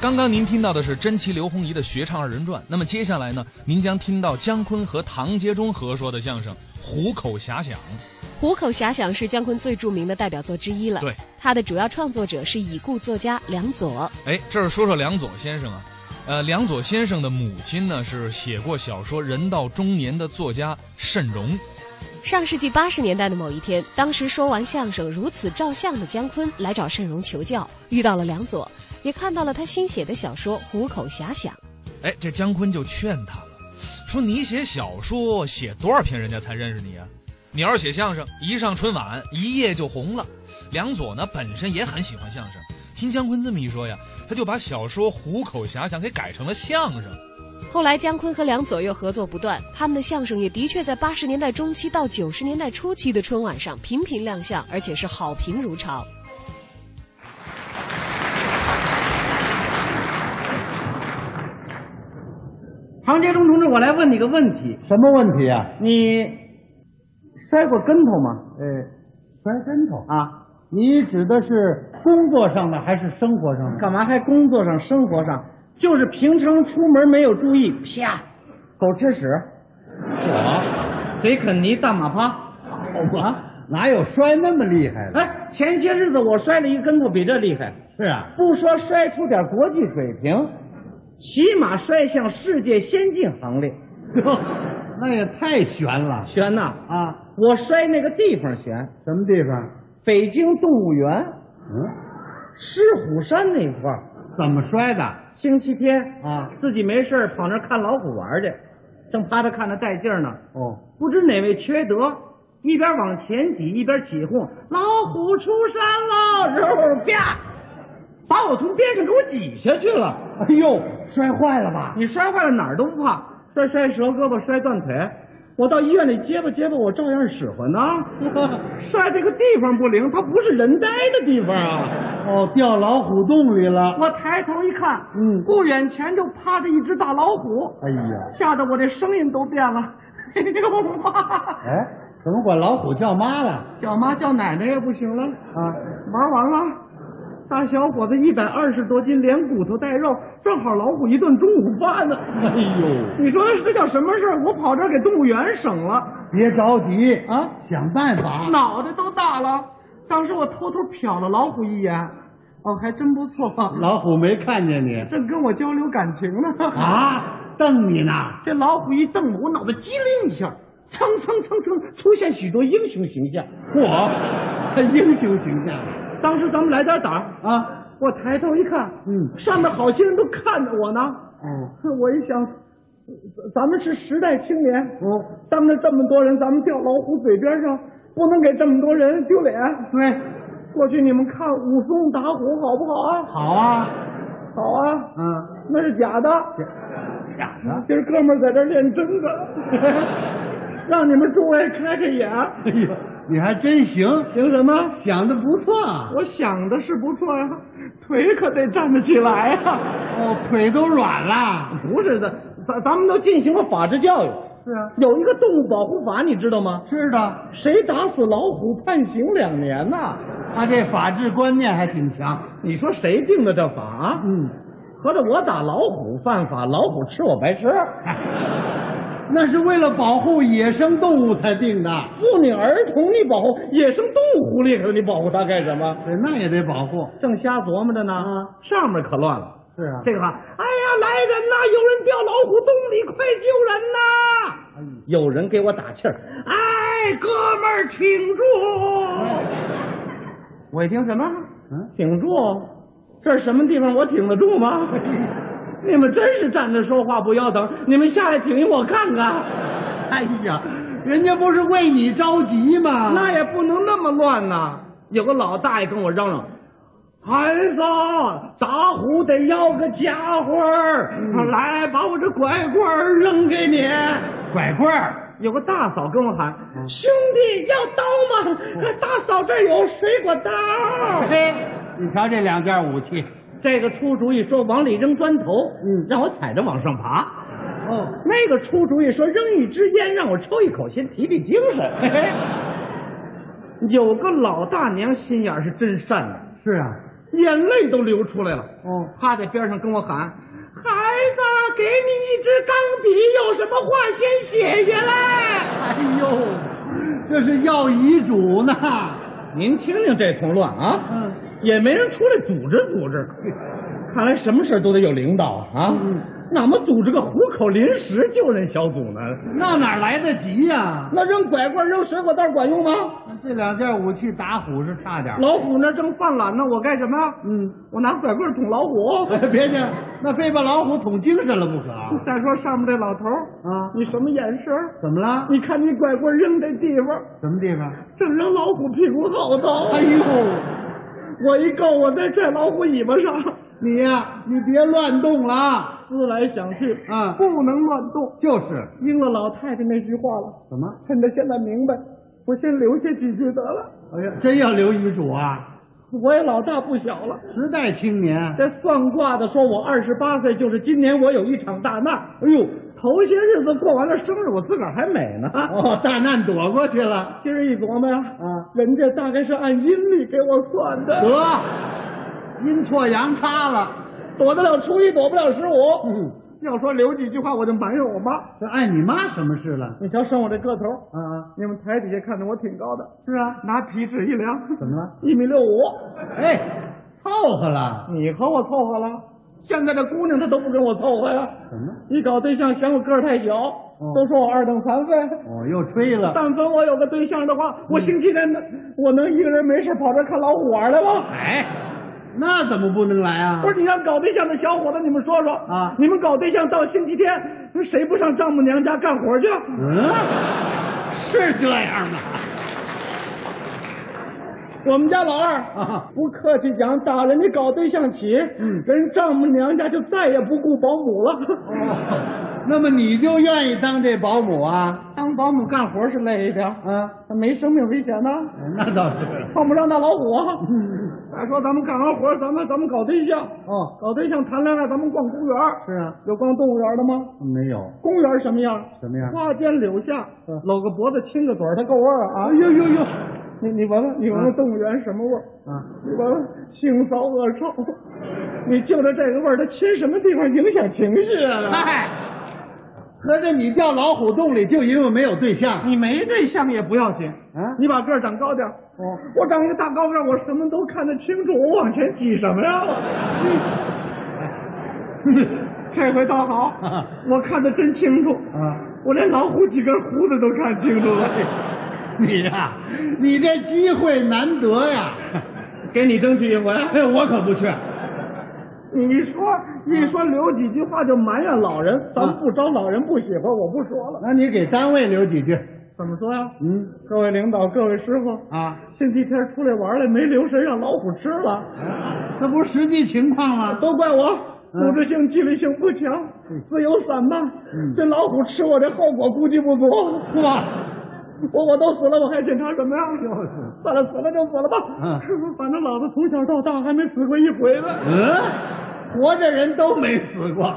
刚刚您听到的是甄奇、刘洪怡的学唱二人转，那么接下来呢，您将听到姜昆和唐杰忠合说的相声《虎口遐想》。 《虎口遐想》是姜昆最著名的代表作之一了。对，他的主要创作者是已故作家梁左。哎，这儿说说梁左先生啊，呃，梁左先生的母亲呢是写过小说《人到中年》的作家慎荣。上世纪八十年代的某一天，当时说完相声如此照相的姜昆来找慎荣求教，遇到了梁左，也看到了他新写的小说《虎口遐想》。哎，这姜昆就劝他了，说你写小说写多少篇人家才认识你啊？你要是写相声，一上春晚一夜就红了。梁左呢本身也很喜欢相声，听姜昆这么一说呀，他就把小说《虎口遐想》给改成了相声。后来，姜昆和梁左右合作不断，他们的相声也的确在八十年代中期到九十年代初期的春晚上频频亮相，而且是好评如潮。唐杰忠同志，我来问你个问题：什么问题啊？你摔过跟头吗？呃，摔跟头啊？啊，你指的是工作上的还是生活上的？干嘛还工作上、生活上？就是平常出门没有注意，啪，狗吃屎，啊我给啃泥大马趴。啊，哪有摔那么厉害的？哎，前些日子我摔了一跟头，比这厉害。是啊，不说摔出点国际水平，起码摔向世界先进行列。 那也太悬了。悬呐啊！我摔那个地方悬，什么地方？北京动物园嗯，狮虎山那块儿。怎么摔的？星期天啊自己没事儿跑那儿看老虎玩儿去，正趴着看着带劲儿呢。哦，不知哪位缺德，一边往前挤一边起哄：“老虎出山喽！”肉啪，把我从边上给我挤下去了。哎呦，摔坏了吧？你摔坏了哪儿都不怕，摔摔折胳膊，摔断腿。我到医院里结巴结巴，我照样使唤呢。 摔这个地方不灵，它不是人待的地方啊。哦，掉老虎洞里了。我抬头一看，嗯不远前就趴着一只大老虎。哎呀，吓得我这声音都变了。 哎呦妈！哎，怎么管老虎叫妈了？叫妈叫奶奶也不行了，啊，玩完了。大小伙子一百二十多斤，连骨头带肉，正好老虎一顿中午饭呢。哎呦，你说这叫什么事儿？我跑这儿给动物园省了，别着急啊，想办法。脑袋都大了。当时我偷偷瞟了老虎一眼，哦，还真不错，老虎没看见你正跟我交流感情呢。啊，瞪你呢。这老虎一瞪我，我脑袋机灵一下，蹭蹭蹭蹭，出现许多英雄形象。嚯，英雄形象当时咱们来点胆儿啊！我抬头一看，嗯上面好些人都看着我呢。哦，我一想，咱咱们是时代青年，哦，当着这么多人，咱们掉老虎嘴边上，不能给这么多人丢脸。对，过去你们看武松打虎好不好啊？好啊，好啊，嗯，那是假的。假的。今儿哥们儿在这儿练真的， 让你们诸位开开眼。哎呦，你还真行，凭什么？想的不错啊。我想的是不错呀、腿可得站得起来呀、哦，腿都软了。不是的，咱咱们都进行了法制教育。是啊，有一个动物保护法，你知道吗？知道，谁打死老虎判刑两年呐、他这法治观念还挺强。你说谁定的这法啊？嗯，合着我打老虎犯法，老虎吃我白吃，那是为了保护野生动物才定的。妇女儿童你保护，野生动物狐狸可你保护它干什么？对，那也得保护。正瞎琢磨着呢，上面可乱了。是啊这个喊，哎呀，来人呐！有人掉老虎洞里，快救人呐！有人给我打气儿，哎，哥们儿，挺住！我一听什么？嗯挺住？这是什么地方？我挺得住 吗？你们真是站着说话不腰疼！你们下来挺一我看看， 哎呀，人家不是为你着急吗？那也不能那么乱呐、有个老大爷跟我嚷嚷：“孩子，打虎得要个家伙儿，嗯来把我这拐棍儿扔给你。”拐棍儿。嗯有个大嫂跟我喊：“兄弟，要刀吗？大嫂这儿有水果刀。”嘿，你瞧这两件武器。这个出主意说往里扔砖头，嗯让我踩着往上爬。哦，那个出主意说扔一支烟让我抽一口，先提提精嘿神。嘿，有个老大娘心眼儿是真善良，是啊，眼泪都流出来了。哦他在边上跟我喊：“孩子，给你一支钢笔，有什么话先写下来。哎呦，这是要遗嘱呢。”您听听这通乱啊，嗯，也没人出来组织组 织，看来什么事儿都得有领导啊。嗯哪么组织个虎口临时救人小组呢？那哪来得及呀、那扔拐棍、扔水果袋管用吗？这两件武器打虎是差点儿。老虎那正犯懒呢，我干什么？嗯，我拿拐棍捅老虎。 别介，那非把老虎捅精神了不可 啊！再说上面这老头儿啊你什么眼神儿？怎么了？你看你拐棍扔这地方，什么地方？正扔老虎屁股后头。哎呦，我一够，我再拽老虎尾巴上。你呀、你别乱动了啊！思来想去，啊不能乱动，就是应了老太太那句话了。怎么？趁着现在明白，我先留下几句得了。哎呀，真要留遗嘱啊！我也老大不小了，时代青年，这算卦的说我二十八岁，就是今年我有一场大难。哎呦，头些日子过完了生日，我自个儿还美呢。哦，大难躲过去了。今儿一琢磨呀，啊，人家大概是按阴历给我算的，得，阴错阳差了。躲得了初一，躲不了十五。嗯，要说留几句话，我就埋怨我妈。这碍你妈什么事了？你瞧，生我这个头，啊，你们台底下看着我挺高的，是啊，拿皮尺一量，怎么了？一米六五。哎，凑合了。你和我凑合了，现在这姑娘她都不跟我凑合呀。怎么？一搞对象嫌我个儿太小，都说我二等残废。哦，又吹了。但凡我有个对象的话，我星期天能我能一个人没事跑这儿看老虎玩来吗？哎，那怎么不能来啊？不是你让搞对象的小伙子，你们说说啊你们搞对象到星期天，谁不上丈母娘家干活去？嗯，是这样吗？我们家老二啊不客气讲，打人家搞对象起，嗯人丈母娘家就再也不雇保姆了。哦，那么你就愿意当这保姆啊？当保姆干活是累一点，啊，没生命危险呢、那倒是。碰不上大老虎 啊。再说咱们干完活，咱们咱们搞对象，哦，搞对象谈恋爱，咱们逛公园儿。是啊，有逛动物园的吗？哦没有公园什么样？什么样。花间柳下嗯，搂个脖子，亲个嘴儿，它够味儿啊！哎呦呦呦！你你闻闻，你闻闻嗯动物园什么味儿？啊，你闻闻腥骚恶臭，你就着这个味儿，它亲什么地方影响情绪啊？嗨，合着你掉老虎洞里就因为没有对象你没对象也不要紧啊你把个儿长高点儿。哦，我长一个大高个儿，我什么都看得清楚，我往前挤什么呀？ 这回倒好， 我看得真清楚，啊，我连老虎几根胡子都看清楚 了。你呀、你这机会难得呀！ 给你争取一回。哎， 我可不去。你一说一说留几句话就埋怨老人，咱不招老人不喜欢，我不说了。那你给单位留几句？怎么说呀？嗯各位领导，各位师傅，啊，星期天出来玩来没留神让老虎吃了，这不是实际情况吗？都怪我嗯嗯组织性、纪律性不强，自由散漫。这老虎吃我这后果估计不足。哇，我我都死了，我还检查什么呀？就是。算了，死了就死了吧。嗯反正老子从小到大还没死过一回呢。嗯，活着人都没死过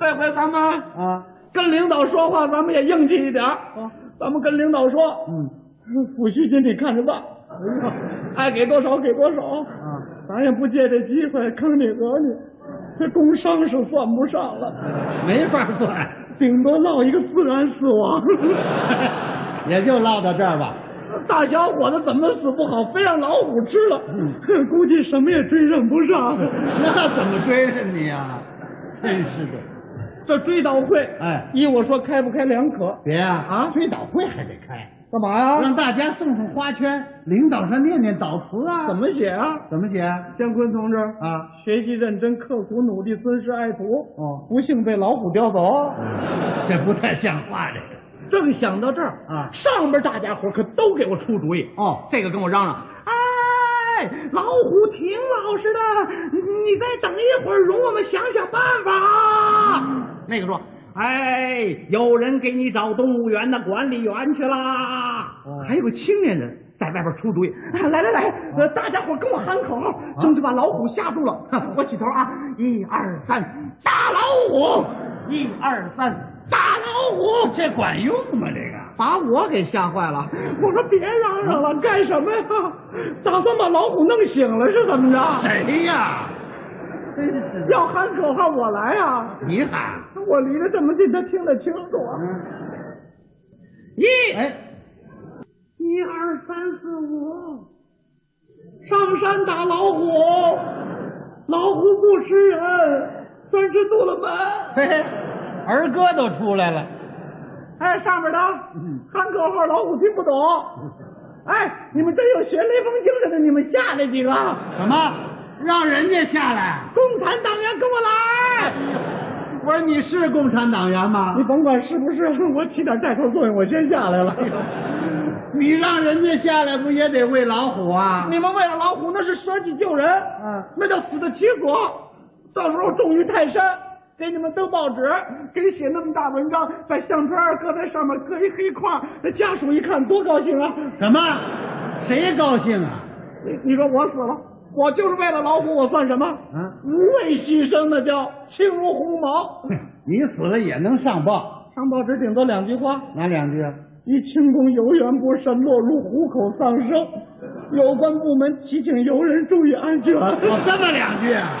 这回咱们啊。跟领导说话，咱们也硬气一点儿。咱们跟领导说，哦嗯，抚恤金你看着办，爱给多少给多少，啊，咱也不借这机会坑你讹你。这工伤是算不上了，没法 算，顶多落一个自然死亡。 也就落到这儿吧。大小伙子怎么死不好，非让老虎吃了， 估计什么也追认不上。那怎么追着你啊呀、真是的，这追悼会，哎依我说开不开两可。别啊啊，追悼会还得开，干嘛呀让大家送送花圈，领导上念念悼词啊。怎么写啊？怎么写啊？姜昆同志啊，学习认真、刻苦努力、尊师爱徒。哦不幸被老虎叼走。这不太像话，这个。正想到这儿啊上边大家伙可都给我出主意。哦，这个跟我嚷嚷，哎，老虎挺老实的，你再等一会儿，容我们想想办法啊。那个说，哎，有人给你找动物园的管理员去啦。哦还有个青年人在外边出主意，来来来，呃大家伙跟我喊口号，争取把老虎吓住了。哼我起头啊，一二三，打老虎！一二三，打老虎！这管用吗？这个。把我给吓坏了。我说别嚷嚷了，干什么呀？打算把老虎弄醒了是怎么着？谁呀？真是要喊口号我来啊！你喊我离得这么近，他听得清楚啊。一、哎，一二三四五，上山打老虎，老虎不吃人，算是肚了门。嘿嘿，儿歌都出来了。哎，上面的喊口号，老虎听不懂。哎，你们真有学雷锋精神的，你们下来几个，什么？让人家下来？共产党员跟我来！我说你是共产党员吗你？甭管是不是，我起点带头作用，我先下来了。你让人家下来不也得喂老虎啊？你们为了老虎那是舍己救人，嗯那叫死得其所。到时候重于泰山，给你们登报纸，给你写那么大文章，把相片搁在上面，搁一黑框，那家属一看多高兴啊！什么？谁高兴啊？你你说我死了，我就是为了老虎，我算什么？嗯无畏牺牲，那叫轻如鸿毛。你死了也能上报？上报纸顶多两句话，哪两句？啊一清宫游园不慎落入虎口丧生，有关部门提醒游人注意安全。哦，这么两句啊？